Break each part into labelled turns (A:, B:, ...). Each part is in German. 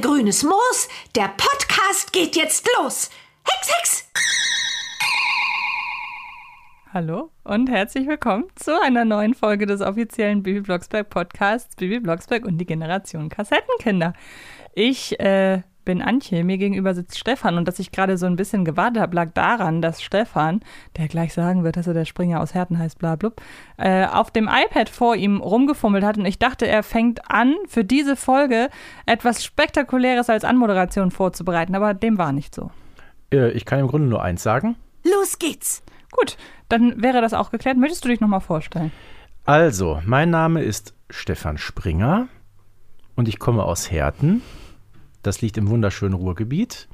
A: grünes Moos. Der Podcast geht jetzt los. Hex, Hex!
B: Hallo und herzlich willkommen zu einer neuen Folge des offiziellen Bibi Blocksberg Podcasts Bibi Blocksberg und die Generation Kassettenkinder. Ich äh, bin Antje, mir gegenüber sitzt Stefan und dass ich gerade so ein bisschen gewartet habe, lag daran, dass Stefan, der gleich sagen wird, dass er der Springer aus Herten heißt, bla blub, äh, auf dem iPad vor ihm rumgefummelt hat und ich dachte, er fängt an, für diese Folge etwas Spektakuläres als Anmoderation vorzubereiten, aber dem war nicht so.
C: Äh, Ich kann im Grunde nur eins sagen.
A: Los geht's.
B: Gut, dann wäre das auch geklärt. Möchtest du dich nochmal vorstellen?
C: Also, mein Name ist Stefan Springer und ich komme aus Herten. Das liegt im wunderschönen Ruhrgebiet.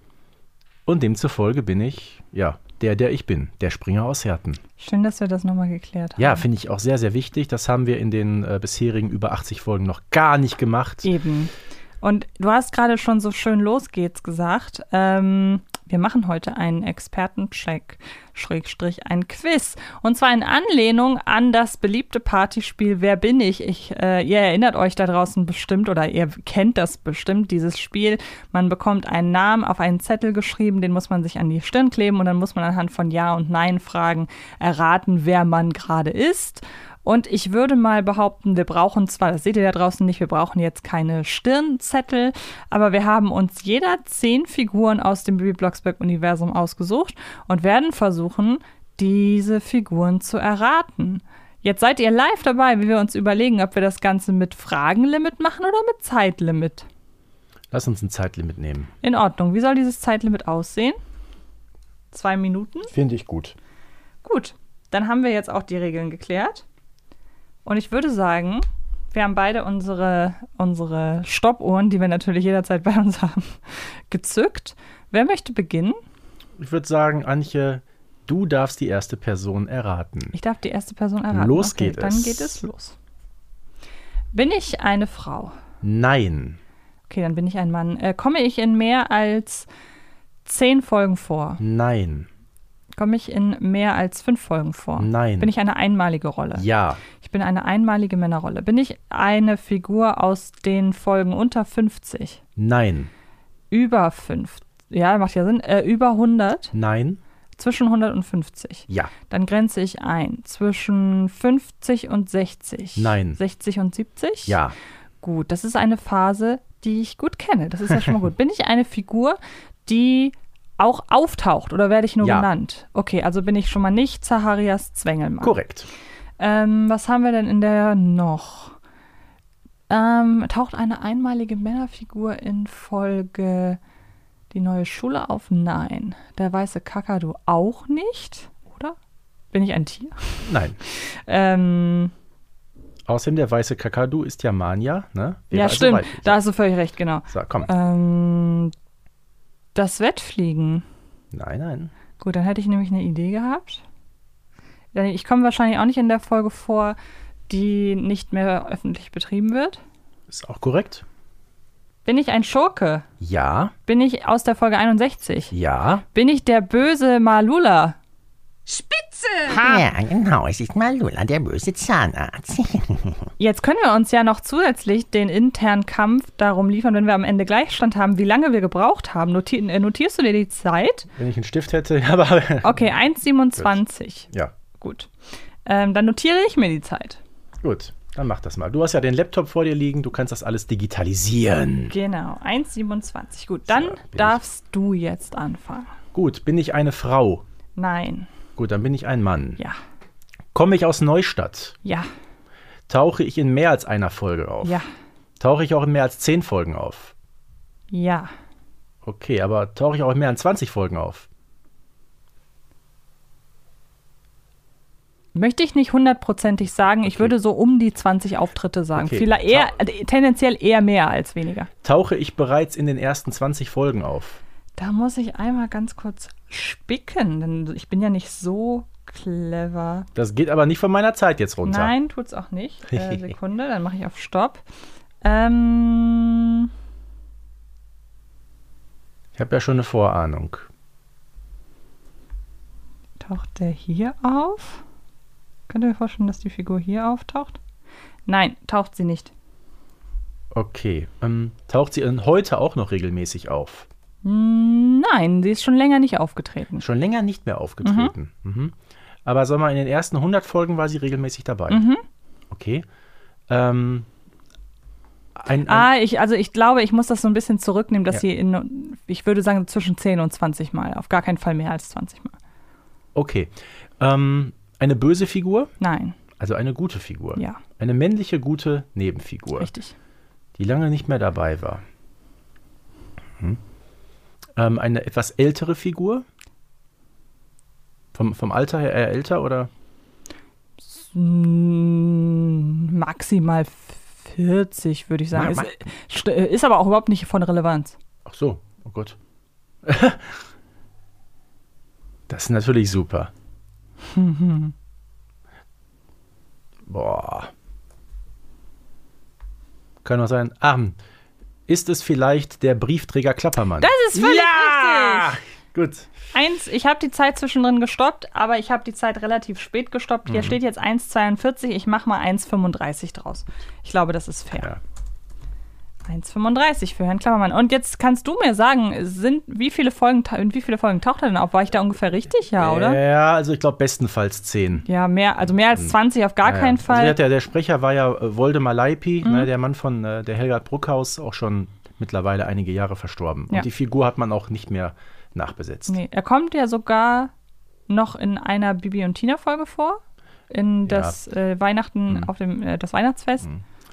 C: Und demzufolge bin ich, ja, der, der ich bin, der Springer aus Herten.
B: Schön, dass wir das nochmal geklärt haben.
C: Ja, finde ich auch sehr, sehr wichtig. Das haben wir in den äh, bisherigen über 80 Folgen noch gar nicht gemacht.
B: Eben. Und du hast gerade schon so schön los geht's gesagt. Ähm, wir machen heute einen Expertencheck, Schrägstrich, ein Quiz. Und zwar in Anlehnung an das beliebte Partyspiel Wer bin ich? ich äh, ihr erinnert euch da draußen bestimmt oder ihr kennt das bestimmt, dieses Spiel. Man bekommt einen Namen auf einen Zettel geschrieben, den muss man sich an die Stirn kleben und dann muss man anhand von Ja- und Nein-Fragen erraten, wer man gerade ist. Und ich würde mal behaupten, wir brauchen zwar, das seht ihr da draußen nicht, wir brauchen jetzt keine Stirnzettel, aber wir haben uns jeder zehn Figuren aus dem Bibi Blocksberg-Universum ausgesucht und werden versuchen, diese Figuren zu erraten. Jetzt seid ihr live dabei, wie wir uns überlegen, ob wir das Ganze mit Fragenlimit machen oder mit Zeitlimit.
C: Lass uns ein Zeitlimit nehmen.
B: In Ordnung. Wie soll dieses Zeitlimit aussehen? Zwei Minuten?
C: Finde ich gut.
B: Gut, dann haben wir jetzt auch die Regeln geklärt. Und ich würde sagen, wir haben beide unsere, unsere Stoppuhren, die wir natürlich jederzeit bei uns haben, gezückt. Wer möchte beginnen?
C: Ich würde sagen, Antje, du darfst die erste Person erraten.
B: Ich darf die erste Person erraten.
C: Los geht
B: dann
C: es.
B: Dann geht es los. Bin ich eine Frau?
C: Nein.
B: Okay, dann bin ich ein Mann. Äh, komme ich in mehr als zehn Folgen vor?
C: Nein.
B: Komme ich in mehr als fünf Folgen vor?
C: Nein.
B: Bin ich eine einmalige Rolle?
C: Ja.
B: Ich bin eine einmalige Männerrolle. Bin ich eine Figur aus den Folgen unter 50?
C: Nein.
B: Über 5? Ja, macht ja Sinn. Äh, über 100?
C: Nein.
B: Zwischen 100 und 50.
C: Ja.
B: Dann grenze ich ein. Zwischen 50 und 60?
C: Nein.
B: 60 und 70?
C: Ja.
B: Gut, das ist eine Phase, die ich gut kenne. Das ist ja schon mal gut. Bin ich eine Figur, die auch auftaucht oder werde ich nur
C: Ja.
B: genannt? Okay, also bin ich schon mal nicht Zacharias Zwängelmann.
C: Korrekt.
B: Ähm, was haben wir denn in der noch? Ähm, taucht eine einmalige Männerfigur in Folge Die neue Schule auf? Nein. Der weiße Kakadu auch nicht, oder? Bin ich ein Tier?
C: Nein.
B: Ähm,
C: Außerdem der weiße Kakadu ist ja Mania, ne? Wäre
B: ja,
C: also
B: stimmt.
C: weiblich.
B: Da hast du völlig recht, genau.
C: So, komm.
B: Ähm, das Wettfliegen.
C: Nein, nein.
B: Gut, dann hätte ich nämlich eine Idee gehabt. Denn Ich komme wahrscheinlich auch nicht in der Folge vor, die nicht mehr öffentlich betrieben wird.
C: Ist auch korrekt.
B: Bin ich ein Schurke?
C: Ja.
B: Bin ich aus der Folge 61?
C: Ja.
B: Bin ich der böse Malula?
A: Spitze!
D: Ja, genau, es ist Malula, der böse Zahnarzt.
B: Jetzt können wir uns ja noch zusätzlich den internen Kampf darum liefern, wenn wir am Ende Gleichstand haben, wie lange wir gebraucht haben. Noti äh, notierst du dir die Zeit?
C: Wenn ich einen Stift hätte, aber.
B: Okay, 1,27.
C: ja.
B: Gut. Ähm, dann notiere ich mir die Zeit.
C: Gut. Dann mach das mal. Du hast ja den Laptop vor dir liegen, du kannst das alles digitalisieren.
B: Genau, 1,27. Gut, dann
C: So, bin ich-
B: darfst du jetzt anfangen.
C: Gut, bin ich eine Frau?
B: Nein.
C: Gut, dann bin ich ein Mann.
B: Ja.
C: Komme ich aus Neustadt?
B: Ja.
C: Tauche ich in mehr als einer Folge auf?
B: Ja.
C: Tauche ich auch in mehr als 10 Folgen auf?
B: Ja.
C: Okay, aber tauche ich auch in mehr als 20 Folgen auf?
B: Möchte ich nicht hundertprozentig sagen. Ich
C: Okay.
B: würde so um die 20 Auftritte sagen.
C: Okay.
B: Vielleicht eher, äh, tendenziell eher mehr als weniger.
C: Tauche ich bereits in den ersten 20 Folgen auf?
B: Da muss ich einmal ganz kurz spicken, denn ich bin ja nicht so clever.
C: Das geht aber nicht von meiner Zeit jetzt runter.
B: Nein, tut's auch nicht. Äh, Sekunde, dann mache ich auf Stopp. Ähm,
C: Ich habe ja schon eine Vorahnung.
B: taucht der hier auf? Könnt ihr mir vorstellen, dass die Figur hier auftaucht? Nein, taucht sie nicht.
C: Okay. Ähm, taucht sie denn heute auch noch regelmäßig auf?
B: Nein, sie ist schon länger nicht aufgetreten.
C: Schon länger nicht mehr aufgetreten. Mhm. Aber sag mal, in den ersten 100 Folgen war sie regelmäßig dabei.
B: Mhm.
C: Okay. Ähm, ein, ein,
B: Ah, ich, also ich glaube, ich muss das so ein bisschen zurücknehmen, dass
C: Ja.
B: sie in, ich würde sagen, zwischen 10 und 20 Mal. Auf gar keinen Fall mehr als 20 Mal.
C: Okay. Ähm, eine böse Figur,
B: Nein,
C: also eine gute Figur.
B: Ja.
C: Eine männliche gute Nebenfigur,
B: richtig.
C: die lange nicht mehr dabei war. Mhm. Ähm, eine etwas ältere Figur. Vom, vom Alter her eher älter oder?
B: Mm, Maximal 40, würde ich sagen.
C: Ma-
B: Ist, st- äh, ist aber auch überhaupt nicht von Relevanz.
C: Ach so, oh Gott. das ist natürlich super. Boah. Kann auch sein. Ah, ist es vielleicht der Briefträger Klappermann?
B: Das ist völlig richtig.
C: Gut.
B: Eins, ich habe die Zeit zwischendrin gestoppt, aber ich habe die Zeit relativ spät gestoppt.
C: Mhm.
B: Hier steht jetzt 1,42, ich mache mal 1,35 draus. Ich glaube, das ist fair.
C: Ja.
B: 1,35 für Herrn Klammermann. Und jetzt kannst du mir sagen, sind wie viele Folgen, ta- in wie viele Folgen taucht er denn auf? War ich da ungefähr richtig? Ja, oder?
C: Ja, also ich glaube bestenfalls 10.
B: Ja, mehr, also mehr als 20 auf gar
C: Hm. Ja, ja.
B: keinen
C: Also
B: Fall. Mhm.
C: der, der, der Sprecher war ja äh, Woldemar Leipi, ne, der Mann von äh, der Helga Bruckhaus, auch schon mittlerweile einige Jahre verstorben.
B: Ja.
C: Und die Figur hat man auch nicht mehr nachbesetzt.
B: nee, er kommt ja sogar noch in einer Bibi und Tina Folge vor. In das äh, Weihnachten
C: Hm.
B: auf dem äh, das Weihnachtsfest.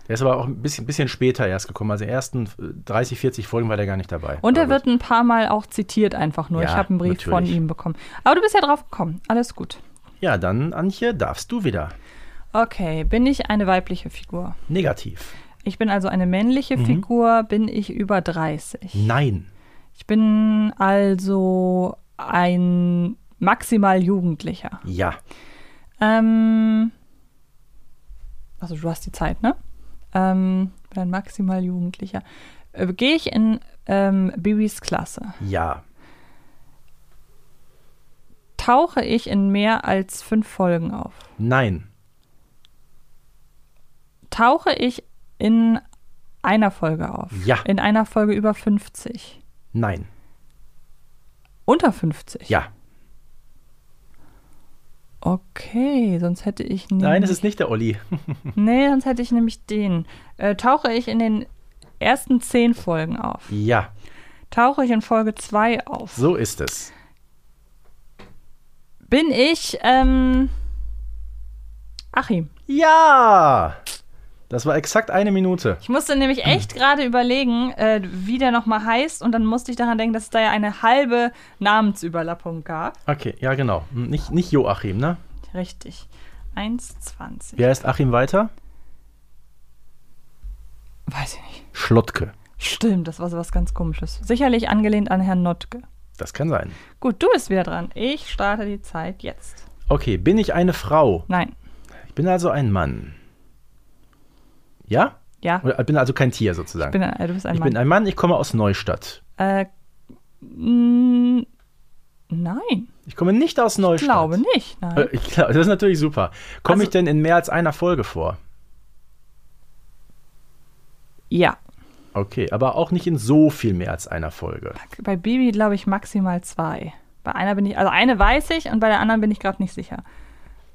C: Der ist aber auch ein bisschen, bisschen später erst gekommen. Also die ersten äh, 30, 40 Folgen war der gar nicht dabei.
B: Und er
C: Aber gut.
B: wird ein paar Mal auch zitiert, einfach nur.
C: Ja,
B: ich habe einen Brief von
C: natürlich.
B: ihm bekommen. Aber du bist ja drauf gekommen. Alles gut.
C: Ja, dann, Antje, darfst du wieder.
B: Okay, bin ich eine weibliche Figur?
C: Negativ.
B: Ich bin also eine männliche
C: Mhm.
B: Figur, bin ich über 30.
C: Nein.
B: Ich bin also ein maximal Jugendlicher.
C: Ja.
B: Ähm, also du hast die Zeit, ne? Ähm, bin ein maximal Jugendlicher. Äh, Gehe ich in ähm, Bibis Klasse?
C: Ja.
B: Tauche ich in mehr als fünf Folgen auf?
C: Nein.
B: tauche ich in einer Folge auf.
C: Ja.
B: In einer Folge über 50.
C: Nein.
B: Unter 50.
C: Ja.
B: Okay, sonst hätte ich nämlich,
C: Nein, es ist nicht der Olli.
B: Nee, sonst hätte ich nämlich den. Äh, tauche ich in den ersten 10 Folgen auf.
C: Ja.
B: Tauche ich in Folge 2 auf.
C: So ist es.
B: Bin ich ähm Achim.
C: Ja. Das war exakt eine Minute.
B: Ich musste nämlich
C: Hm.
B: echt gerade überlegen, äh, wie der nochmal heißt. Und dann musste ich daran denken, dass es da ja eine halbe Namensüberlappung gab.
C: Okay, ja, genau. Hm, Nicht, nicht Joachim, ne?
B: Richtig. 1,20.
C: Wer heißt Achim weiter?
B: Weiß ich nicht.
C: Schlottke.
B: Stimmt, das war so was ganz Komisches. Sicherlich angelehnt an Herrn Notke.
C: Das kann sein.
B: Gut, du bist wieder dran. Ich starte die Zeit jetzt.
C: Okay, bin ich eine Frau?
B: Nein.
C: Ich bin also ein Mann. Ja?
B: Ja.
C: Oder bin also kein Tier
B: Ich
C: sozusagen.
B: bin ein, äh, du bist ein
C: ich
B: Mann.
C: bin ein Mann, ich komme aus Neustadt.
B: äh, n- nein,
C: Ich komme nicht aus Neustadt.
B: ich glaube nicht. Nein.
C: Äh, Ich glaube, das ist natürlich super. Komme
B: Also-
C: ich denn in mehr als einer Folge vor?
B: Ja.
C: Okay, aber auch nicht in so viel mehr als einer Folge.
B: Bei Bibi glaube ich maximal zwei. Bei einer bin ich, also eine weiß ich und bei der anderen bin ich gerade nicht sicher.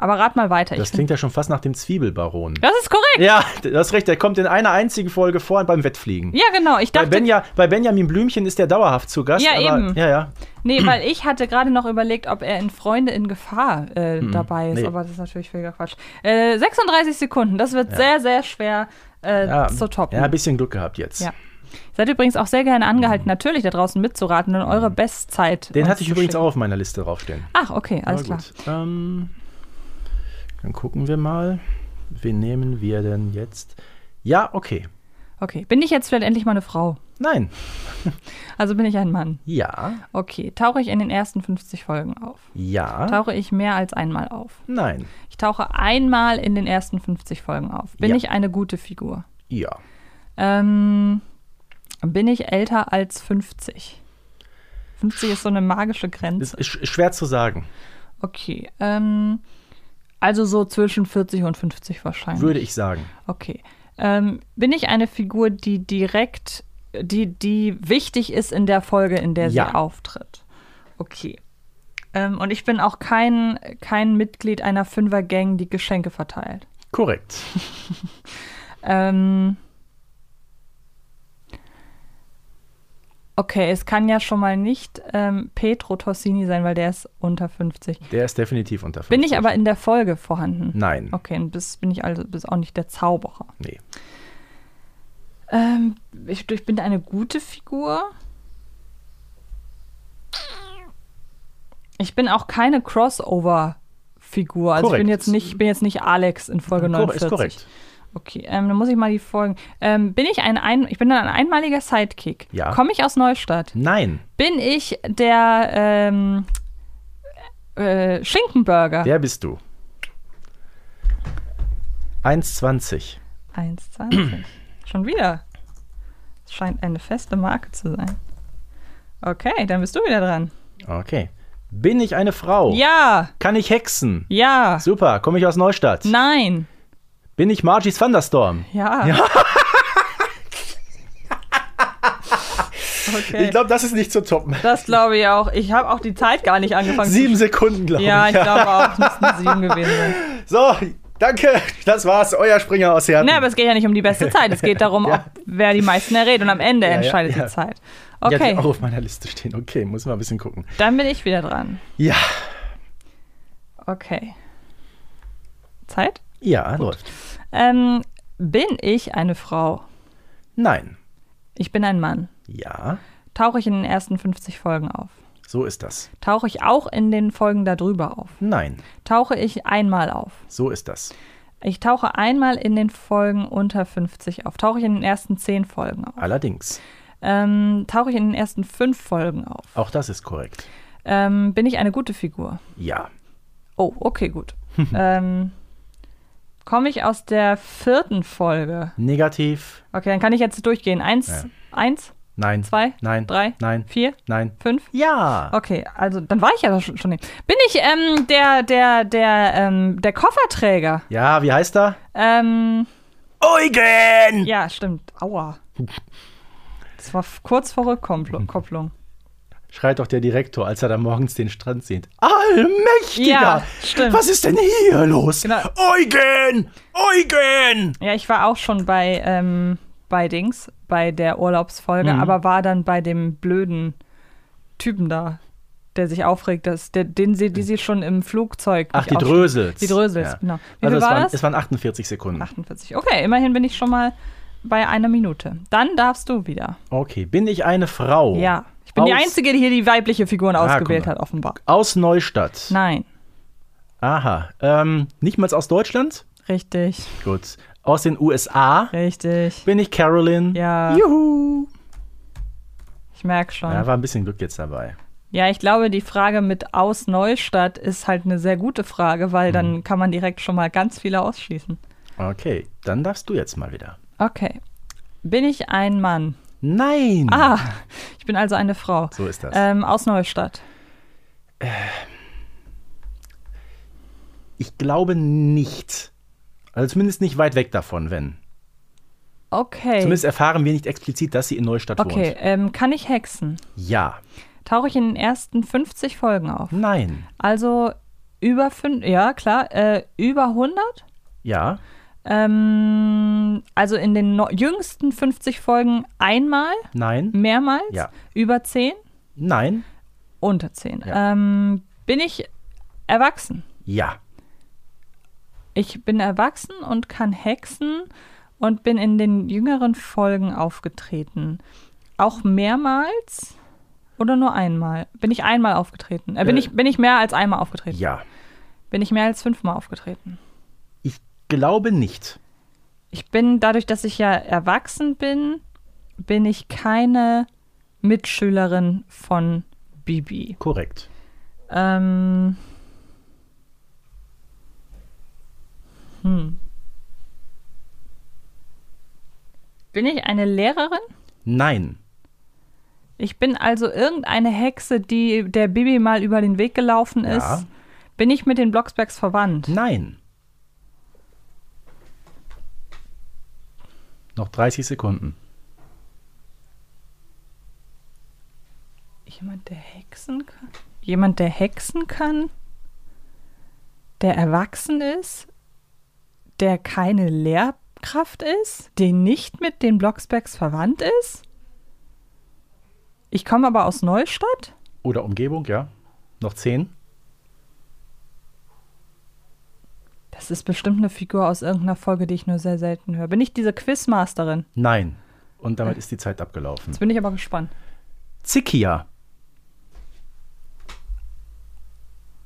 B: Aber rat mal weiter.
C: Das
B: ich bin,
C: klingt ja schon fast nach dem Zwiebelbaron.
B: das ist korrekt.
C: Ja, du hast recht, der kommt in einer einzigen Folge vor und beim Wettfliegen.
B: Ja, genau. Ich
C: Bei,
B: dachte,
C: Benja, bei Benjamin Blümchen ist der dauerhaft zu Gast.
B: Ja,
C: aber,
B: eben.
C: Ja, ja.
B: Nee, weil ich hatte gerade noch überlegt, ob er in Freunde in Gefahr äh, dabei ist,
C: Hm. nee.
B: aber das ist natürlich völliger Quatsch. Äh, 36 Sekunden, das wird sehr, sehr schwer äh,
C: Ja,
B: zu toppen.
C: ja, ein bisschen Glück gehabt jetzt.
B: Ja. Seid übrigens auch sehr gerne angehalten, natürlich da draußen mitzuraten und eure Bestzeit.
C: Hm. Den
B: uns
C: hatte ich
B: zu
C: übrigens
B: schicken.
C: auch auf meiner Liste draufstehen.
B: Ach, okay, alles
C: Na
B: klar.
C: gut. Ähm, dann gucken wir mal. Wen nehmen wir denn jetzt? Ja, okay.
B: Okay, bin ich jetzt vielleicht endlich mal eine Frau?
C: Nein.
B: Also bin ich ein Mann.
C: Ja.
B: Okay, tauche ich in den ersten 50 Folgen auf?
C: Ja.
B: Tauche ich mehr als einmal auf?
C: Nein.
B: Ich tauche einmal in den ersten 50 Folgen auf. Bin
C: Ja.
B: ich eine gute Figur?
C: Ja.
B: Ähm, bin ich älter als 50? 50 ist so eine magische
C: Ist,
B: Grenze.
C: ist sch- schwer zu sagen.
B: Okay. Ähm, also so zwischen 40 und 50 wahrscheinlich.
C: Würde ich sagen.
B: Okay. Ähm, bin ich eine Figur, die direkt, die, die wichtig ist in der Folge, in der
C: Ja.
B: sie auftritt? Okay. Ähm, und ich bin auch kein, kein Mitglied einer Fünfergang, die Geschenke verteilt.
C: Korrekt.
B: Ähm. Okay, es kann ja schon mal nicht ähm, Petro Tossini sein, weil der ist unter 50.
C: Der ist definitiv unter 50.
B: Bin ich aber in der Folge vorhanden?
C: Nein.
B: Okay, und bist, bin ich also bist auch nicht der Zauberer.
C: Nee.
B: Ähm, ich, ich bin eine gute Figur. Ich bin auch keine Crossover-Figur. Also ich bin
C: Korrekt.
B: jetzt nicht, ich bin jetzt nicht Alex in Folge
C: Kor-
B: 49.
C: ist korrekt.
B: Okay, ähm, dann muss ich mal die Folgen. Ähm, bin ich ein, ein ich bin ein einmaliger Sidekick?
C: Ja.
B: Komme ich aus Neustadt?
C: Nein.
B: Bin ich der ähm, äh, Schinkenburger?
C: Der bist du. 1,20.
B: 1,20. Schon wieder. Es scheint eine feste Marke zu sein. Okay, dann bist du wieder dran.
C: Okay. Bin ich eine Frau?
B: Ja,
C: Kann ich hexen?
B: ja,
C: Super. Komme ich aus Neustadt?
B: nein,
C: Bin ich Margie's Thunderstorm?
B: ja. Okay.
C: Ich glaube, das ist nicht zu toppen.
B: Äh. das glaube ich auch. Ich habe auch die Zeit gar nicht angefangen. zu-
C: Sieben Sekunden, glaube
B: Ja, ich
C: ich.
B: glaube auch, es müssen sieben gewesen sein.
C: So, danke. Das war's. Euer Springer aus Herten.
B: Na, aber es geht ja nicht um die beste Zeit. Es geht darum, ob, wer die meisten errät. Und am Ende
C: Ja, ja,
B: entscheidet
C: ja.
B: die Zeit.
C: Ja,
B: Okay,
C: die auch auf meiner Liste stehen. Okay, muss mal ein bisschen gucken.
B: dann bin ich wieder dran.
C: Ja.
B: Okay. Zeit?
C: Ja, läuft.
B: Ähm, bin ich eine Frau?
C: Nein.
B: Ich bin ein Mann.
C: Ja,
B: Tauche ich in den ersten 50 Folgen auf?
C: so ist das.
B: Tauche ich auch in den Folgen darüber auf?
C: Nein,
B: Tauche ich einmal auf?
C: so ist das.
B: Ich tauche einmal in den Folgen unter 50 auf. Tauche ich in den ersten 10 Folgen auf?
C: Allerdings,
B: Ähm, tauche ich in den ersten 5 Folgen auf?
C: auch das ist korrekt.
B: Ähm, bin ich eine gute Figur?
C: Ja,
B: Oh, okay, gut. ähm, Komme ich aus der vierten Folge?
C: negativ.
B: Okay, dann kann ich jetzt durchgehen. Eins,
C: Ja.
B: eins,
C: Nein.
B: zwei,
C: Nein.
B: drei,
C: Nein.
B: vier,
C: Nein.
B: fünf.
C: Ja.
B: Okay, also dann war ich ja doch schon. schon Bin ich ähm, der, der, der, ähm, der Kofferträger?
C: Ja, wie heißt er?
B: Ähm,
C: Eugen!
B: ja, stimmt. Aua. Das war f- kurz vor
C: Mhm.
B: Rückkopplung. Kopplung.
C: Schreit doch der Direktor, als er da morgens den Strand sieht. Allmächtiger!
B: Ja, stimmt.
C: Was ist denn hier los?
B: Genau.
C: Eugen! Eugen!
B: Ja, ich war auch schon bei, ähm, bei Dings, bei der Urlaubsfolge,
C: Mhm.
B: aber war dann bei dem blöden Typen da, der sich aufregt, dass der, den sie, die sie schon im Flugzeug.
C: Mhm. Ach,
B: nicht
C: die
B: aufschließen.
C: Drösels.
B: Die Drösels,
C: Ja.
B: genau. Wie
C: Also
B: viel
C: es
B: war
C: waren,
B: das?
C: es waren 48 Sekunden.
B: 48. Okay, immerhin bin ich schon mal bei einer Minute. Dann darfst du wieder.
C: Okay, bin ich eine Frau?
B: Ja. Ich bin die
C: Oh. Aus- Ah,
B: Einzige, die hier die weibliche Figuren
C: guck
B: ausgewählt
C: mal.
B: hat, offenbar.
C: Aus Neustadt.
B: Nein,
C: Aha. Ähm, nicht mal aus Deutschland?
B: richtig,
C: Gut. Aus den USA
B: richtig.
C: bin ich Carolyn.
B: Ja.
C: Juhu.
B: Ich merke schon.
C: Da war ein bisschen Glück jetzt dabei.
B: Ja, ich glaube, die Frage mit aus Neustadt ist halt eine sehr gute Frage, weil
C: Mhm.
B: dann kann man direkt schon mal ganz viele ausschließen.
C: Okay, dann darfst du jetzt mal wieder.
B: Okay. Bin ich ein Mann?
C: Nein.
B: Ah, ich bin also eine Frau.
C: Mhm. So ist das.
B: Ähm, aus Neustadt.
C: Ich glaube nicht. Also zumindest nicht weit weg davon, wenn.
B: Okay.
C: Zumindest erfahren wir nicht explizit, dass sie in Neustadt
B: okay,
C: wohnt.
B: ähm, kann ich hexen?
C: Ja.
B: Tauche ich in den ersten 50 Folgen auf?
C: Nein.
B: Also über fünf, ja klar, äh, über 100?
C: Ja.
B: Ähm, also in den neu- jüngsten 50 Folgen einmal, Hm.
C: Nein.
B: mehrmals,
C: Ja.
B: über 10?
C: Nein.
B: Unter 10.
C: Ja.
B: Ähm, bin ich erwachsen?
C: Ja.
B: Ich bin erwachsen und kann hexen und bin in den jüngeren Folgen aufgetreten. Auch mehrmals oder nur einmal? Bin ich einmal aufgetreten? Äh, bin,
C: Äh.
B: ich, bin ich mehr als einmal aufgetreten?
C: Ja.
B: Bin ich mehr als fünfmal aufgetreten?
C: Ich glaube nicht.
B: Ich bin, dadurch, dass ich ja erwachsen bin, bin ich keine Mitschülerin von Bibi.
C: Korrekt.
B: Ähm. Hm. hm. Bin ich eine Lehrerin?
C: Nein.
B: Ich bin also irgendeine Hexe, die der Bibi mal über den Weg gelaufen
C: Ja.
B: ist. Bin ich mit den Blocksbergs verwandt?
C: Nein. Noch 30 Sekunden.
B: Jemand, der hexen kann? Jemand, der hexen kann? Der erwachsen ist? Der keine Lehrkraft ist? Der nicht mit den Blocksbergs verwandt ist? Ich komme aber aus Neustadt?
C: Oder Umgebung, ja. Noch 10.
B: Das ist bestimmt eine Figur aus irgendeiner Folge, die ich nur sehr selten höre. Bin ich diese Quizmasterin?
C: Nein. Und damit ist die Zeit abgelaufen.
B: Jetzt bin ich aber gespannt.
C: Zikia.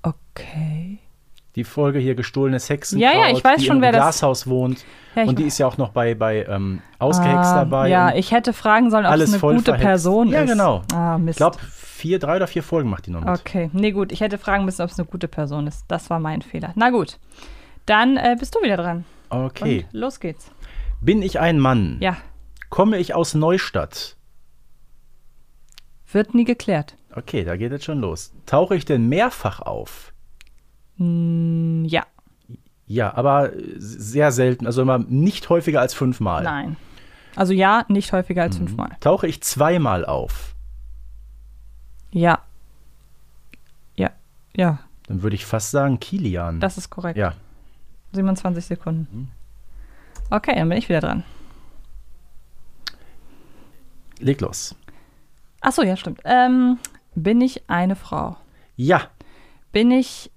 B: Okay.
C: Die Folge hier gestohlenes Hexen.
B: Ja, ja, ich weiß
C: die
B: schon,
C: im
B: wer das-
C: Glashaus wohnt.
B: Ja, ich
C: und die
B: weiß.
C: ist ja auch noch bei, bei ähm, Ausgehext
B: Ah,
C: dabei.
B: Ja,
C: und
B: ich hätte fragen sollen, ob
C: alles
B: es eine
C: voll
B: gute
C: verhext.
B: Person
C: ja,
B: ist.
C: genau.
B: Ah, Mist.
C: Ich glaube, vier, drei oder vier Folgen macht die noch mit.
B: okay, nee, gut. Ich hätte fragen müssen, ob es eine gute Person ist. Das war mein Fehler. Na gut. Dann äh, bist du wieder dran.
C: Okay.
B: Und los geht's.
C: Bin ich ein Mann?
B: Ja,
C: Komme ich aus Neustadt?
B: wird nie geklärt.
C: Okay, da geht es schon los. Tauche ich denn mehrfach auf?
B: Hm, Ja,
C: Ja, aber äh, sehr selten. Also immer nicht häufiger als fünfmal.
B: nein. Also ja, nicht häufiger
C: Mhm.
B: als fünfmal.
C: Tauche ich zweimal auf?
B: Ja. Ja, ja,
C: Dann würde ich fast sagen Kilian.
B: das ist korrekt.
C: ja. Mhm.
B: 27 Sekunden. Okay, dann bin ich wieder dran.
C: Leg los.
B: Ach so, ja, stimmt. Ähm, bin ich eine Frau?
C: Ja.
B: Bin ich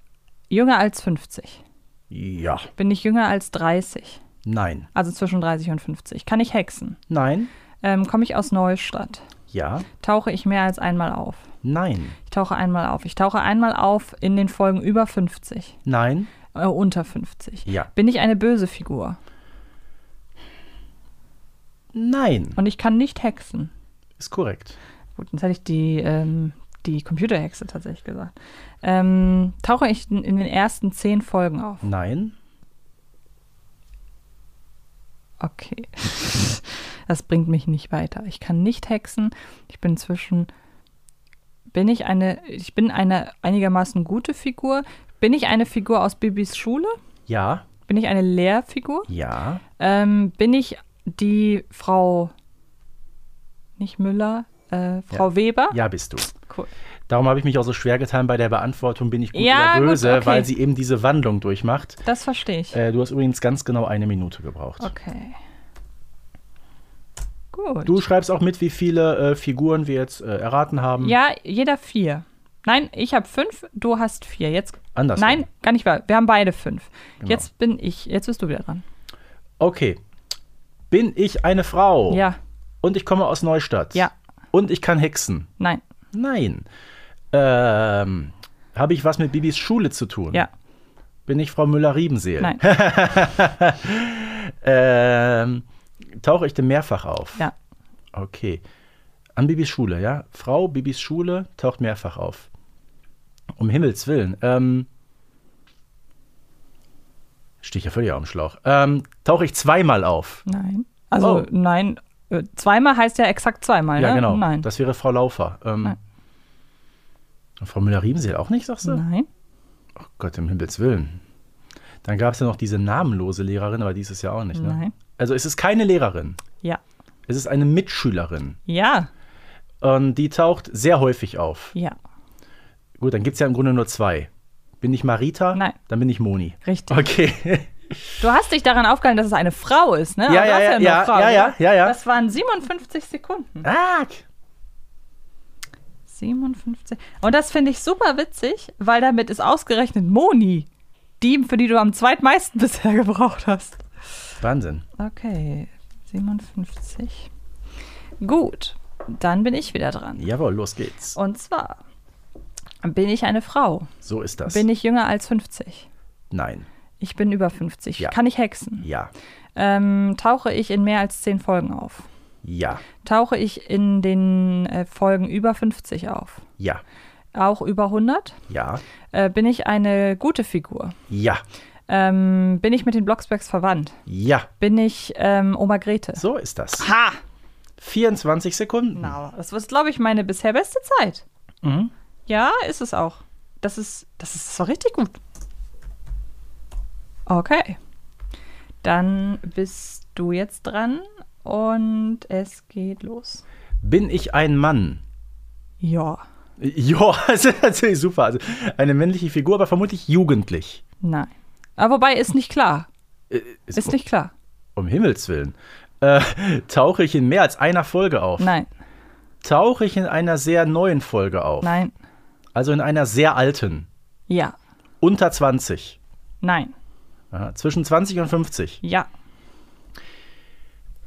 B: jünger als 50?
C: Ja.
B: Bin ich jünger als 30?
C: Nein.
B: Also zwischen 30 und 50. Kann ich hexen?
C: Nein.
B: Ähm, Komme ich aus Neustadt?
C: Ja.
B: Tauche ich mehr als einmal auf?
C: Nein.
B: Ich tauche einmal auf. Ich tauche einmal auf in den Folgen über 50,
C: Nein.
B: äh, unter 50.
C: Ja.
B: Bin ich eine böse Figur?
C: Nein.
B: Und ich kann nicht hexen.
C: Ist korrekt.
B: Gut, jetzt hätte ich die, ähm, die Computerhexe tatsächlich gesagt. Ähm, tauche ich in, in den ersten zehn Folgen auf?
C: Nein.
B: Okay. Das bringt mich nicht weiter. Ich kann nicht hexen. Ich bin zwischen. Bin ich eine. Ich bin eine einigermaßen gute Figur. Bin ich eine Figur aus Bibis Schule?
C: Ja.
B: Bin ich eine Lehrfigur?
C: Ja.
B: Ähm, bin ich die Frau. Nicht Müller, äh, Frau Weber?
C: Ja, bist du.
B: Cool.
C: Darum habe ich mich auch so schwer getan bei der Beantwortung, bin ich gut
B: Ja,
C: oder
B: gut,
C: böse,
B: okay.
C: weil sie eben diese Wandlung durchmacht.
B: Das verstehe ich.
C: Äh, du hast übrigens ganz genau eine Minute gebraucht.
B: Okay. Gut.
C: Du schreibst auch mit, wie viele äh, Figuren wir jetzt äh, erraten haben.
B: ja, jeder vier. Nein, ich habe fünf, du hast vier. Jetzt.
C: Andersrum.
B: Nein, gar nicht wahr. Wir haben beide fünf.
C: Genau.
B: Jetzt bin ich, jetzt bist du wieder dran.
C: Okay. Bin ich eine Frau?
B: Ja,
C: Und ich komme aus Neustadt?
B: Ja.
C: Und ich kann Hexen?
B: nein,
C: Nein. Ähm, habe ich was mit Bibis Schule zu tun?
B: ja,
C: Bin ich Frau Müller-Riebenseel?
B: nein,
C: Ähm, tauche ich denn mehrfach auf?
B: ja,
C: Okay. An Bibis Schule, ja? Frau Bibis Schule taucht mehrfach auf. Um Himmels Willen. Ähm, Stich ja völlig auf dem Schlauch. Ähm, tauche ich zweimal auf?
B: nein. Also
C: Oh.
B: nein, äh, zweimal heißt ja exakt zweimal,
C: Ja,
B: ne?
C: genau.
B: Nein,
C: Das wäre Frau Laufer. Ähm,
B: Nein.
C: und Frau Müller-Riebenseel auch nicht, sagst du?
B: nein.
C: Oh Gott, im Himmels Willen. Dann gab es ja noch diese namenlose Lehrerin, aber die ist es ja auch nicht, ne?
B: Nein.
C: Also es ist keine Lehrerin.
B: Ja,
C: Es ist eine Mitschülerin.
B: ja,
C: Und die taucht sehr häufig auf.
B: ja,
C: Gut, dann gibt es ja im Grunde nur zwei. Bin ich Marita?
B: Nein.
C: Dann bin ich Moni.
B: richtig.
C: Okay.
B: Du hast dich daran aufgehalten, dass es eine Frau ist, ne?
C: Ja,
B: Aber
C: ja,
B: du hast
C: ja,
B: nur
C: ja,
B: Frau,
C: ja, ja,
B: oder?
C: ja, ja.
B: Das waren 57 Sekunden.
C: ah,
B: 57. Und das finde ich super witzig, weil damit ist ausgerechnet Moni, die, für die du am zweitmeisten bisher gebraucht hast.
C: Wahnsinn.
B: Okay, 57. Gut, dann bin ich wieder dran.
C: Jawohl, los geht's.
B: Und zwar bin ich eine Frau?
C: So ist das.
B: Bin ich jünger als 50?
C: Nein.
B: Ich bin über 50.
C: Ja.
B: Kann ich hexen?
C: Ja.
B: Ähm, tauche ich in mehr als 10 Folgen auf?
C: Ja.
B: Tauche ich in den äh, Folgen über 50 auf?
C: Ja.
B: Auch über 100?
C: Ja.
B: Äh, bin ich eine gute Figur?
C: Ja.
B: Ähm, bin ich mit den Blocksbergs verwandt?
C: Ja.
B: Bin ich ähm, Oma Grete?
C: So ist das.
B: Ha!
C: 24 Sekunden.
B: Na, Genau. das ist, glaube ich, meine bisher beste Zeit. Ja, ist es auch. Das ist, das ist so richtig gut. Okay. Dann bist du jetzt dran Und es geht los.
C: Bin ich ein Mann?
B: Ja.
C: Ja, das ist natürlich super. Also eine männliche Figur, aber vermutlich jugendlich.
B: Nein. Aber wobei ist nicht klar.
C: Äh,
B: Ist nicht klar.
C: Um Himmels Willen. Äh, tauche ich in mehr als einer Folge auf?
B: Nein,
C: Tauche ich in einer sehr neuen Folge auf?
B: nein,
C: Also in einer sehr alten?
B: ja,
C: Unter 20?
B: nein,
C: Ja, zwischen 20 und 50?
B: ja,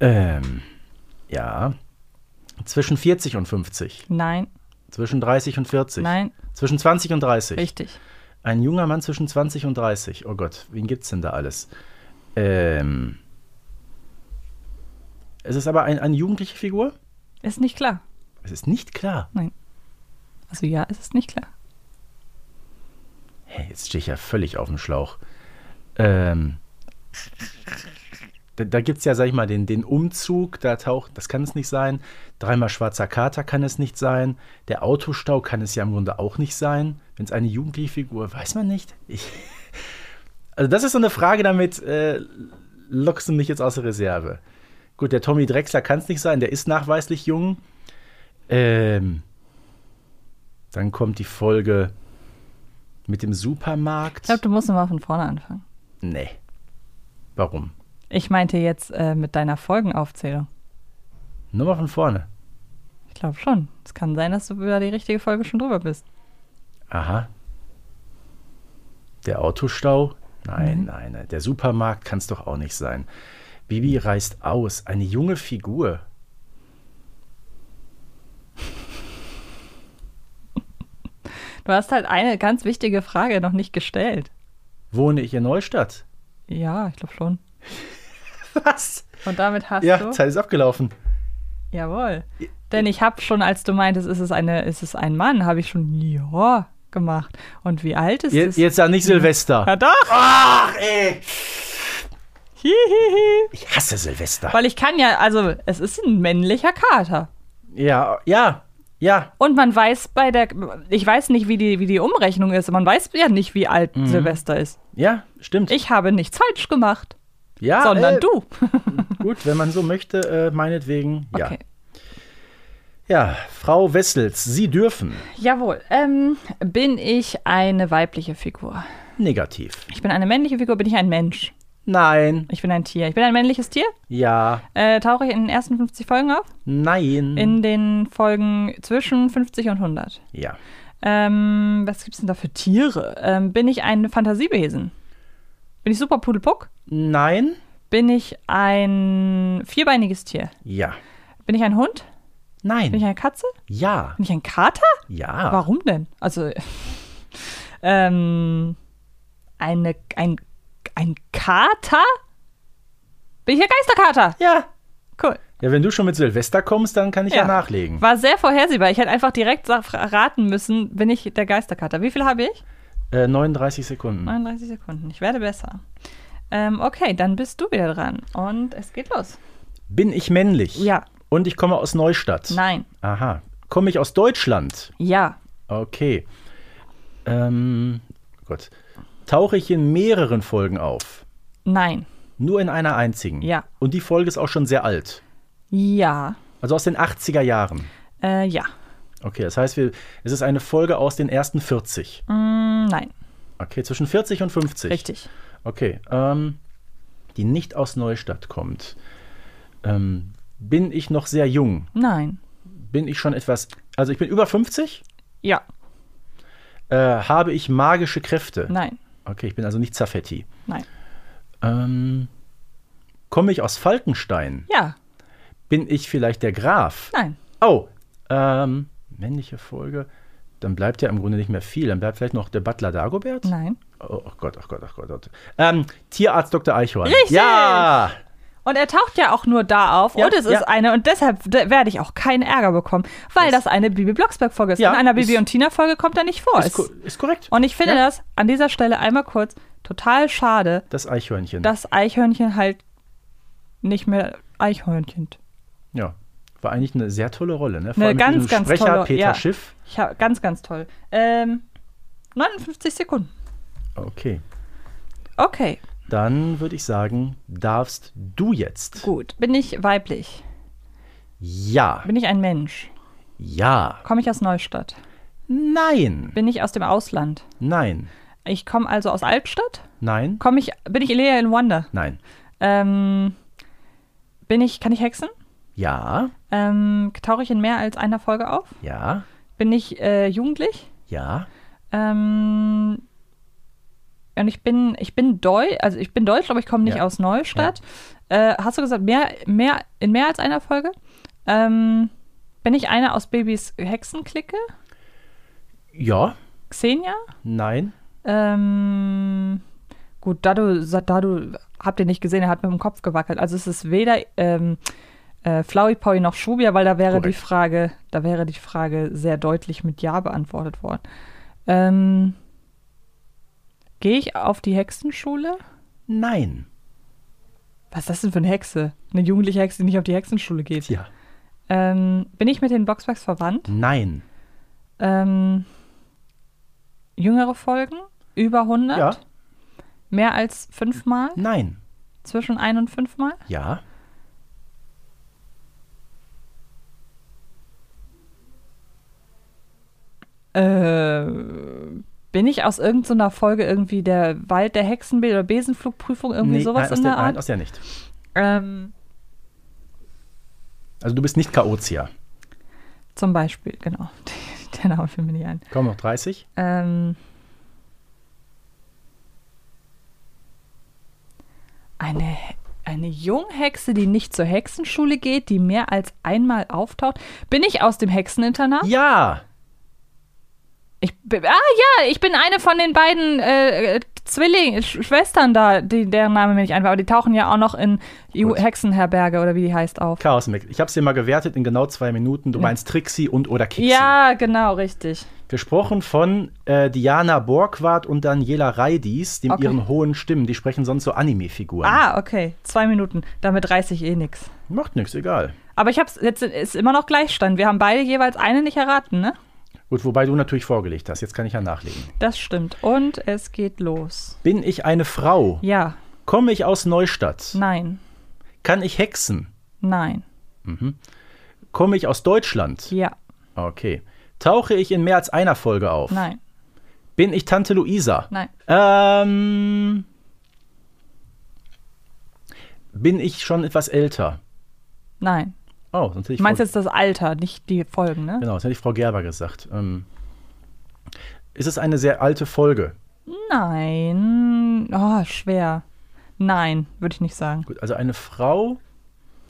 C: Ähm, ja. Zwischen 40 und 50?
B: nein,
C: Zwischen 30 und 40?
B: nein,
C: Zwischen 20 und 30?
B: richtig.
C: Ein junger Mann zwischen 20 und 30. Oh Gott, wen gibt's denn da alles? Ähm. Es ist aber ein, eine jugendliche Figur?
B: Ist nicht klar.
C: Es ist nicht klar.
B: Also ja, es ist nicht klar.
C: Hey, jetzt stehe ich ja völlig auf dem Schlauch. Ähm. Da, da gibt es ja, sag ich mal, den, den Umzug, da taucht, das kann es nicht sein. Dreimal schwarzer Kater kann es nicht sein. Der Autostau kann es ja im Grunde auch nicht sein. Wenn es eine jugendliche Figur, weiß man nicht. Ich, also, das ist so eine Frage, damit äh, lockst du mich jetzt aus der Reserve. Gut, der Tommy Drexler kann es nicht sein, der ist nachweislich jung. Ähm, dann kommt die Folge mit dem Supermarkt.
B: Ich glaube, du musst nochmal von vorne anfangen.
C: Nee. Warum?
B: Ich meinte jetzt äh, mit deiner Folgenaufzählung.
C: Nur mal von vorne.
B: Ich glaube schon. Es kann sein, dass du über die richtige Folge schon drüber bist.
C: Aha. Der Autostau? Nein, nein, nein. Der Supermarkt kann es doch auch nicht sein. Bibi reist aus. Eine junge Figur.
B: Du hast halt eine ganz wichtige Frage noch nicht gestellt.
C: Wohne ich in Neustadt?
B: Ja, ich glaube schon.
C: Was?
B: Und damit hast
C: ja,
B: du.
C: Zeit ist abgelaufen.
B: Jawohl. Denn ich habe schon, als du meintest, ist es, eine, ist es ein Mann, habe ich schon ja gemacht. Und wie alt ist
C: Je
B: es?
C: jetzt sag nicht Silvester.
B: Ja doch.
C: Ach, ey.
B: Hihihi.
C: Ich hasse Silvester.
B: Weil ich kann ja, also es ist ein männlicher Kater.
C: Ja, ja, ja.
B: Und man weiß bei der, ich weiß nicht, wie die, wie die Umrechnung ist. Man weiß ja nicht, wie alt Silvester ist.
C: Ja, stimmt.
B: Ich habe nichts falsch gemacht,
C: ja,
B: sondern
C: äh,
B: du.
C: Gut, wenn man so möchte, äh, meinetwegen. Ja.
B: Okay.
C: Ja, Frau Wessels, Sie dürfen.
B: Jawohl. Ähm, bin ich eine weibliche Figur?
C: Negativ.
B: Ich bin eine männliche Figur, bin ich ein Mensch?
C: Nein.
B: Ich bin ein Tier. Ich bin ein männliches Tier.
C: Ja.
B: Äh, tauche ich in den ersten 50 Folgen auf?
C: Nein.
B: In den Folgen zwischen 50 und 100.
C: ja.
B: Ähm, was gibt's denn da für Tiere? Ähm, bin ich ein Fantasiewesen? Bin ich super Pudelpuck?
C: Nein.
B: Bin ich ein vierbeiniges Tier?
C: Ja.
B: Bin ich ein Hund? Bin ich
C: Nein.
B: eine Katze?
C: Ja.
B: Bin ich ein Kater?
C: Ja.
B: Warum denn? Also, ähm, eine, ein, ein Kater? Bin ich ein Geisterkater?
C: Ja.
B: Cool.
C: Ja, wenn du schon mit Silvester kommst, dann kann ich ja, nachlegen.
B: War sehr vorhersehbar. Ich hätte einfach direkt sa- raten müssen, bin ich der Geisterkater. Wie viel habe ich?
C: Äh, 39 Sekunden.
B: 39 Sekunden. Ich werde besser. Ähm, okay, dann bist du wieder dran. Und es geht los.
C: Bin ich männlich?
B: Ja.
C: Und ich komme aus Neustadt?
B: Nein.
C: Aha. Komme ich aus Deutschland?
B: Ja.
C: Okay. Ähm, Gott. Tauche ich in mehreren Folgen auf?
B: Nein.
C: Nur in einer einzigen?
B: Ja.
C: Und die Folge ist auch schon sehr alt.
B: Ja.
C: Also aus den 80er Jahren.
B: Äh, ja.
C: Okay, das heißt, wir, es ist eine Folge aus den ersten 40.
B: Mm, nein.
C: Okay, zwischen 40 und 50.
B: Richtig.
C: Okay, ähm, die nicht aus Neustadt kommt. Ähm, bin ich noch sehr jung?
B: Nein.
C: Bin ich schon etwas. Also, ich bin über 50?
B: Ja.
C: Äh, habe ich magische Kräfte?
B: Nein.
C: Okay, ich bin also nicht Zaffetti.
B: Nein.
C: Ähm, komme ich aus Falkenstein?
B: Ja.
C: Bin ich vielleicht der Graf?
B: Nein.
C: Oh, ähm, männliche Folge. Dann bleibt ja im Grunde nicht mehr viel. Dann bleibt vielleicht noch der Butler Dagobert?
B: Nein.
C: Oh, oh Gott, oh Gott, oh Gott. Oh Gott. Ähm, Tierarzt Dr. Eichhorn.
B: Richtig!
C: Ja!
B: Und er taucht ja auch nur da auf
C: Ja,
B: und es
C: ja.
B: ist eine und deshalb d- werde ich auch keinen Ärger bekommen, weil das, eine Bibi Blocksberg Folge ist.
C: Ja,
B: In einer Bibi
C: ist-
B: und Tina Folge kommt er nicht vor.
C: Ist, ko ist korrekt.
B: und ich finde
C: Ja.
B: das an dieser Stelle einmal kurz total schade,
C: Das Eichhörnchen.
B: dass Eichhörnchen halt nicht mehr Eichhörnchen.
C: ja. War eigentlich eine sehr tolle Rolle, ne? Vor
B: Eine
C: allem mit
B: ganz,
C: diesem
B: ganz
C: Sprecher
B: tolle-
C: Peter
B: ja.
C: Schiff.
B: Ich hab, ganz ganz toll. Ähm, 59 Sekunden.
C: Okay.
B: Okay.
C: Dann würde ich sagen, darfst du jetzt.
B: Gut. Bin ich weiblich?
C: Ja.
B: Bin ich ein Mensch?
C: Ja.
B: Komme ich aus Neustadt?
C: Nein.
B: Bin ich aus dem Ausland?
C: Nein.
B: Ich komme also aus Altstadt?
C: Nein.
B: Komme ich, bin ich Elea in Wonder?
C: Nein.
B: Ähm, bin ich, kann ich hexen?
C: Ja.
B: Ähm, tauche ich in mehr als einer Folge auf?
C: Ja.
B: Bin ich äh, jugendlich?
C: Ja.
B: Ähm, und ich bin, ich bin Deutsch, also ich bin Deutsch, aber ich komme nicht
C: Ja.
B: aus Neustadt. Äh, hast du gesagt, mehr, mehr, in mehr als einer Folge? Ähm, bin ich einer aus Babys Hexenklicke?
C: Ja.
B: Xenia?
C: Nein.
B: Ähm, gut, da du, da du, habt ihr nicht gesehen, er hat mit dem Kopf gewackelt. Also es ist weder ähm, äh, Flowey Powy noch Schubia, weil da wäre
C: Korrekt.
B: die Frage, da wäre die Frage sehr deutlich mit Ja beantwortet worden. Ähm, Gehe ich auf die Hexenschule?
C: Nein.
B: Was ist das denn für eine Hexe? Eine jugendliche Hexe, die nicht auf die Hexenschule geht.
C: Ja.
B: Ähm, bin ich mit den Boxbacks verwandt?
C: Nein.
B: Ähm, jüngere Folgen? Über 100?
C: Ja.
B: Mehr als fünfmal?
C: Nein.
B: Zwischen ein und fünfmal?
C: Ja.
B: Äh, bin ich aus irgendeiner Folge irgendwie der Wald der Hexen oder Besenflugprüfung irgendwie
C: Nee,
B: sowas
C: nein, aus
B: in
C: der,
B: der,
C: nein,
B: Art?
C: aus der nicht.
B: Ähm,
C: Also du bist nicht Chaotia.
B: zum Beispiel, genau. der Name fiel mir nicht ein.
C: Komm noch 30.
B: Ähm, eine, He- eine Junghexe, die nicht zur Hexenschule geht, die mehr als einmal auftaucht. Bin ich aus dem Hexeninternat?
C: Ja.
B: Ich bin, ah ja, ich bin eine von den beiden äh, äh, Zwilling, Sch Schwestern da, die, deren Name mir nicht ein war, aber die tauchen ja auch noch in EU
C: Gut.
B: Hexenherberge oder wie die heißt auf.
C: Chaos Mix. Ich habe dir mal gewertet in genau zwei Minuten. Du meinst Trixie und oder Kixi.
B: Ja, genau, richtig.
C: Gesprochen von äh, Diana Borgward und Daniela Reidis, dem
B: Okay.
C: ihren hohen Stimmen. Die sprechen sonst so Anime-Figuren.
B: Ah, okay, zwei Minuten. Damit reiß ich eh nix.
C: Macht nichts, egal.
B: Aber ich hab's, jetzt ist immer noch Gleichstand. Wir haben beide jeweils eine nicht erraten, ne?
C: Gut, wobei du natürlich vorgelegt hast. Jetzt kann ich ja nachlegen.
B: Das stimmt. Und es geht los.
C: Bin ich eine Frau?
B: Ja,
C: Komme ich aus Neustadt?
B: nein,
C: Kann ich hexen?
B: nein,
C: Komme ich aus Deutschland?
B: ja,
C: Okay. Tauche ich in mehr als einer Folge auf?
B: nein,
C: Bin ich Tante Luisa?
B: nein,
C: Ähm. Bin ich schon etwas älter?
B: nein.
C: Oh, sonst hätte ich
B: Du meinst
C: Frau,
B: jetzt das Alter, nicht die Folgen, ne?
C: Genau, sonst hätte ich Frau Gerber gesagt. Ähm, ist es eine sehr alte Folge?
B: Nein. Oh, schwer. Nein, würde ich nicht sagen.
C: Gut, also eine Frau,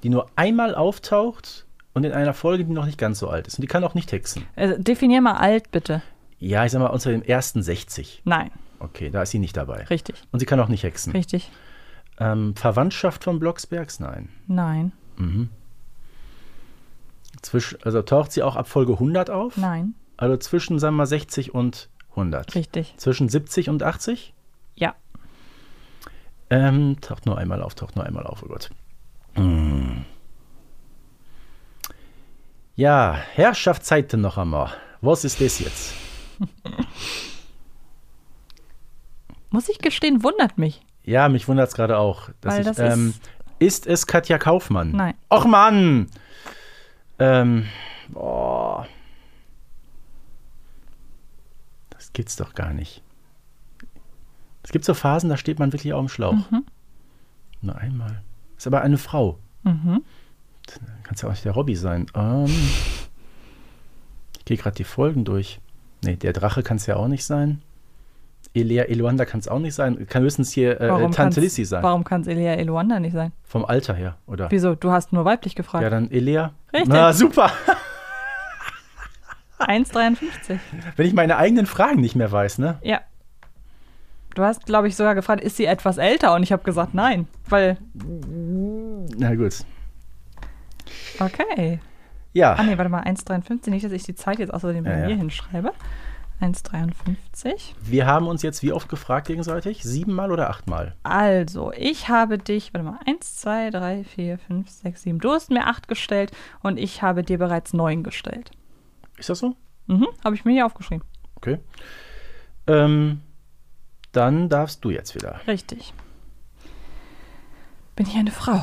C: die nur einmal auftaucht und in einer Folge, die noch nicht ganz so alt ist. Und die kann auch nicht hexen.
B: Also, definier mal alt, bitte.
C: Ja, ich sag mal, unter dem ersten 60.
B: Nein,
C: Okay, da ist sie nicht dabei.
B: richtig.
C: Und sie kann auch nicht hexen.
B: Richtig.
C: Ähm, Verwandtschaft von Blocksbergs? Nein.
B: Nein,
C: Zwisch, also taucht sie auch ab Folge 100 auf?
B: nein,
C: Also zwischen, sagen wir mal, 60 und 100.
B: richtig.
C: Zwischen 70 und 80?
B: Ja.
C: Ähm, taucht nur einmal auf, taucht nur einmal auf, oh Gott. Hm. Ja, Herrschaftszeiten noch einmal. Was ist das jetzt?
B: Muss ich gestehen, wundert mich.
C: Ja, mich wundert es gerade auch. Dass
B: Weil
C: ich,
B: das
C: ähm,
B: ist-
C: ist es Katja Kaufmann?
B: Nein.
C: Och Mann! Ähm, boah. Das gibt's doch gar nicht. Es gibt so Phasen, da steht man wirklich auf dem Schlauch. Nur einmal. Ist aber eine Frau.
B: Mhm.
C: Dann kann's ja auch nicht der Robby sein. Ähm, ich gehe gerade die Folgen durch. Nee, der Drache kann's ja auch nicht sein. Elea Eluanda kann's auch nicht sein. Kann höchstens hier äh,
B: Warum kann's-
C: Tante Lissi sein.
B: Warum kann es Elia Eluanda nicht sein?
C: Vom Alter her, oder?
B: Wieso? Du hast nur weiblich gefragt.
C: Ja, dann Elea.
B: Richtig.
C: Na, super.
B: 1,53.
C: Wenn ich meine eigenen Fragen nicht mehr weiß, ne?
B: Ja. Du hast, glaube ich, sogar gefragt, ist sie etwas älter? Und ich habe gesagt, nein. Weil,
C: Na gut.
B: okay. Ah,
C: Ja,
B: nee, warte mal, 1,53. Nicht, dass ich die Zeit jetzt außerdem bei
C: Ja, ja.
B: mir hinschreibe. 1,53.
C: wir haben uns jetzt wie oft gefragt gegenseitig? Siebenmal oder achtmal?
B: Also, ich habe dich, warte mal, 1, 2, 3, 4, 5, 6, 7. Du hast mir 8 gestellt und ich habe dir bereits 9 gestellt.
C: Ist das so?
B: Mhm, habe ich mir hier aufgeschrieben.
C: Okay. Ähm, dann darfst du jetzt wieder.
B: Richtig. Bin ich eine Frau?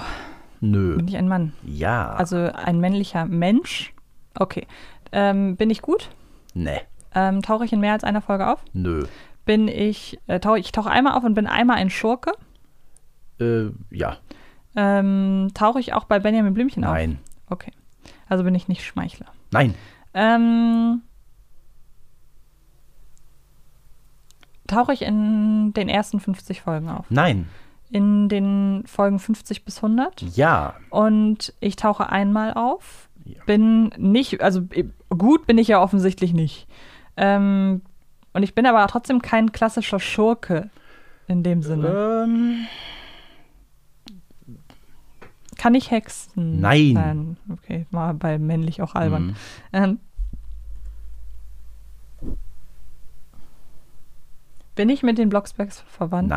C: Nö.
B: Bin ich ein Mann?
C: Ja.
B: Also ein männlicher Mensch? Okay. Ähm, bin ich gut?
C: ne.
B: Ähm, tauche ich in mehr als einer Folge auf?
C: Nö.
B: Bin ich, äh, tauche, ich tauche einmal auf und bin einmal ein Schurke?
C: Äh, ja.
B: Ähm, tauche ich auch bei Benjamin Blümchen auf?
C: Nein.
B: Okay. Also bin ich nicht Schmeichler.
C: Nein.
B: Ähm, tauche ich in den ersten 50 Folgen auf?
C: Nein.
B: In den Folgen 50 bis
C: Mhm.
B: 100?
C: Ja.
B: Und ich tauche einmal auf.
C: Ja.
B: Bin nicht, also eh, gut bin ich ja offensichtlich nicht. Ähm, und ich bin aber trotzdem kein klassischer Schurke in dem Sinne.
C: Ähm,
B: Kann ich Hexen?
C: Nein.
B: sein? Okay, mal bei männlich auch albern.
C: Mhm.
B: Ähm, bin ich mit den Blocksbergs verwandt? Nee,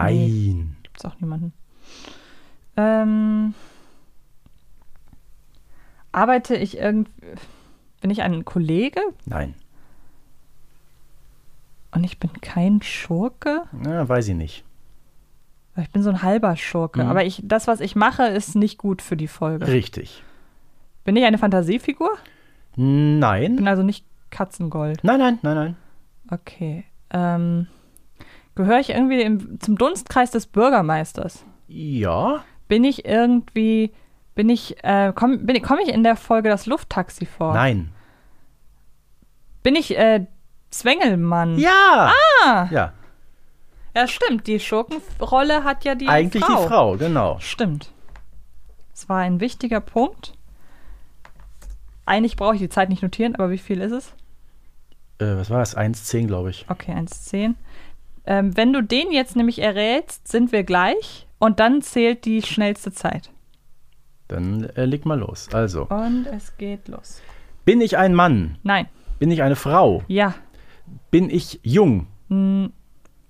C: nein.
B: gibt's auch niemanden. Ähm, arbeite ich irgendwie. Bin ich ein Kollege?
C: Nein.
B: Und ich bin kein Schurke?
C: Na, weiß ich nicht.
B: Weil Ich bin so ein halber Schurke.
C: Mhm.
B: Aber ich, das, was ich mache, ist nicht gut für die Folge.
C: Richtig.
B: Bin ich eine Fantasiefigur?
C: Nein.
B: Bin also nicht Katzengold.
C: Nein, nein, nein, nein.
B: Okay. Ähm, Gehöre ich irgendwie im, zum Dunstkreis des Bürgermeisters?
C: Ja.
B: Bin ich irgendwie. Bin ich. Äh, Komme bin, ich- komm ich in der Folge das Lufttaxi vor?
C: Nein.
B: Bin ich äh, Zwängelmann?
C: Ja. Ah. Ja.
B: Ja, stimmt. Die Schurkenrolle hat ja die
C: Eigentlich
B: Frau.
C: die Frau, genau.
B: Stimmt. Es war ein wichtiger Punkt. Eigentlich brauche ich die Zeit nicht notieren, aber wie viel ist es?
C: Äh, was war das? 1,10, glaube ich.
B: Okay, 1,10. Ähm, wenn du den jetzt nämlich errätst, sind wir gleich und dann zählt die schnellste Zeit.
C: Dann äh, leg mal los. Also,
B: Und es geht los.
C: bin ich ein Mann?
B: Nein,
C: Bin ich eine Frau?
B: ja,
C: Bin ich jung?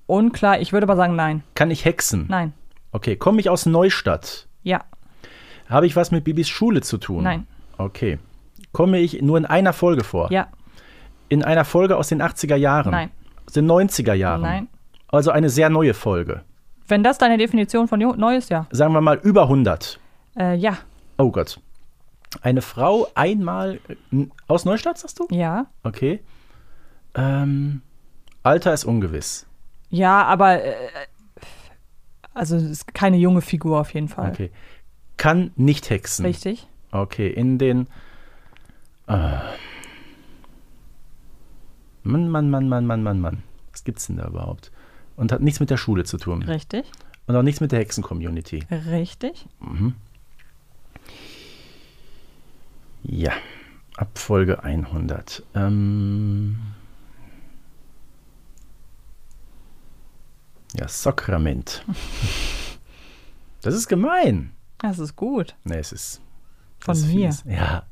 B: unklar. Ich würde aber sagen, nein,
C: Kann ich hexen?
B: nein,
C: Okay, komme ich aus Neustadt?
B: ja,
C: Habe ich was mit Bibis Schule zu tun?
B: Nein.
C: Okay. Komme ich nur in einer Folge vor?
B: ja,
C: In einer Folge aus den 80er Jahren?
B: Nein.
C: Aus den 90er Jahren?
B: nein.
C: Also eine sehr neue Folge.
B: Wenn das deine Definition von Ju- Neues, ja.
C: Sagen wir mal über 100.
B: Äh, ja,
C: Oh Gott. Eine Frau einmal äh, aus Neustadt, sagst du?
B: ja,
C: Okay. Ähm, Alter ist ungewiss.
B: ja, aber äh, also es ist keine junge Figur auf jeden Fall.
C: Okay. Kann nicht hexen.
B: Richtig.
C: Okay, in den. Äh, Mann, Mann, Mann, Mann, Mann, Mann, Mann. Was gibt's denn da überhaupt? Und hat nichts mit der Schule zu tun.
B: Richtig.
C: Und auch nichts mit der Hexen-Community.
B: Richtig.
C: Ja. Ab Folge 100. Ähm. Ja, Sakrament. Das ist gemein.
B: Das ist gut.
C: Nee, es ist.
B: Von
C: das ist
B: mir.
C: fies. Ja.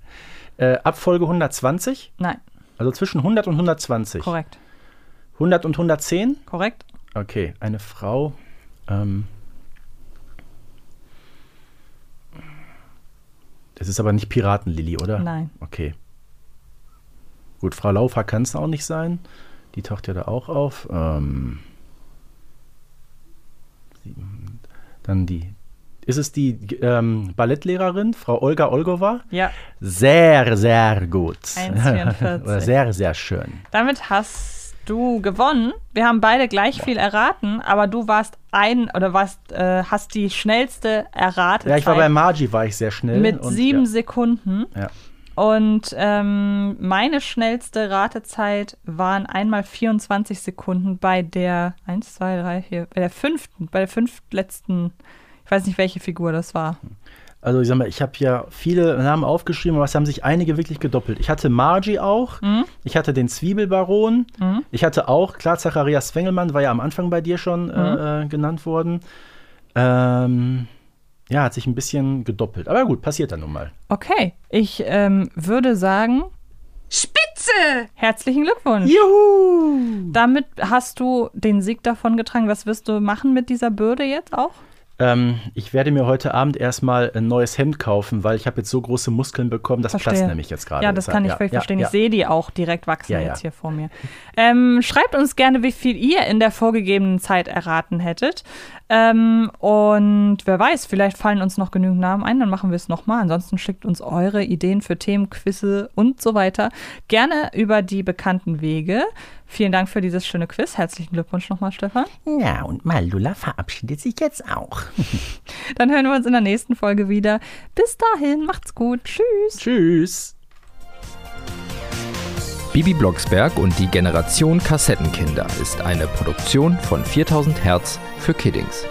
C: Äh, ab Folge 120,
B: Nein,
C: also zwischen 100 und 120.
B: korrekt.
C: 100 und 110?
B: Korrekt?
C: Okay, eine Frau. Ähm, das ist aber nicht Piratenlilly, oder?
B: Nein.
C: Okay. Gut, Frau Laufer kann es auch nicht sein. Die taucht ja da auch auf. Ähm, sieben- dann die. Ist es die ähm, Ballettlehrerin, Frau Olga Olgova?
B: Ja.
C: Sehr, sehr gut.
B: 1,44.
C: Oder sehr, sehr schön.
B: Damit hast du gewonnen. Wir haben beide gleich viel erraten, aber du warst ein oder warst, äh, hast die schnellste erratet.
C: Ja, ich war bei Margie, war ich sehr schnell.
B: mit
C: und-
B: sieben
C: ja.
B: Sekunden.
C: Ja.
B: Und ähm, meine schnellste Ratezeit waren einmal 24 Sekunden bei der 1, 2, 3, 4, bei der fünften, bei der fünftletzten, ich weiß nicht, welche Figur das war.
C: Also ich sag mal, ich habe ja viele Namen aufgeschrieben, aber es haben sich einige wirklich gedoppelt. Ich hatte Margie auch,
B: Mhm.
C: ich hatte den Zwiebelbaron, ich hatte auch, klar, Zacharias Swengelmann war ja am Anfang bei dir schon
B: Mhm.
C: äh, äh, genannt worden. Ähm, ja, hat sich ein bisschen gedoppelt. Aber gut, passiert dann nun mal.
B: Okay, ich ähm, würde sagen,
A: Spitze!
B: herzlichen Glückwunsch.
C: Juhu!
B: Damit hast du den Sieg davon getragen. Was wirst du machen mit dieser Bürde jetzt auch?
C: Ähm, ich werde mir heute Abend erstmal ein neues Hemd kaufen, weil ich habe jetzt so große Muskeln bekommen, das platzt nämlich jetzt gerade.
B: Ja, das
C: Deshalb,
B: kann ich völlig verstehen. Ich sehe die auch direkt wachsen
C: Ja, ja.
B: jetzt hier vor mir. Ähm, schreibt uns gerne, wie viel ihr in der vorgegebenen Zeit erraten hättet. Ähm, und wer weiß, vielleicht fallen uns noch genügend Namen ein, dann machen wir es nochmal. Ansonsten schickt uns eure Ideen für Themen, Quizze und so weiter gerne über die bekannten Wege. Vielen Dank für dieses schöne Quiz. Herzlichen Glückwunsch nochmal, Stefan.
D: Ja, und Malula verabschiedet sich jetzt auch.
B: Dann hören wir uns in der nächsten Folge wieder. Bis dahin, macht's gut. Tschüss.
C: Tschüss.
E: Bibi Blocksberg und die Generation Kassettenkinder ist eine Produktion von 4000 Hertz für Kiddings.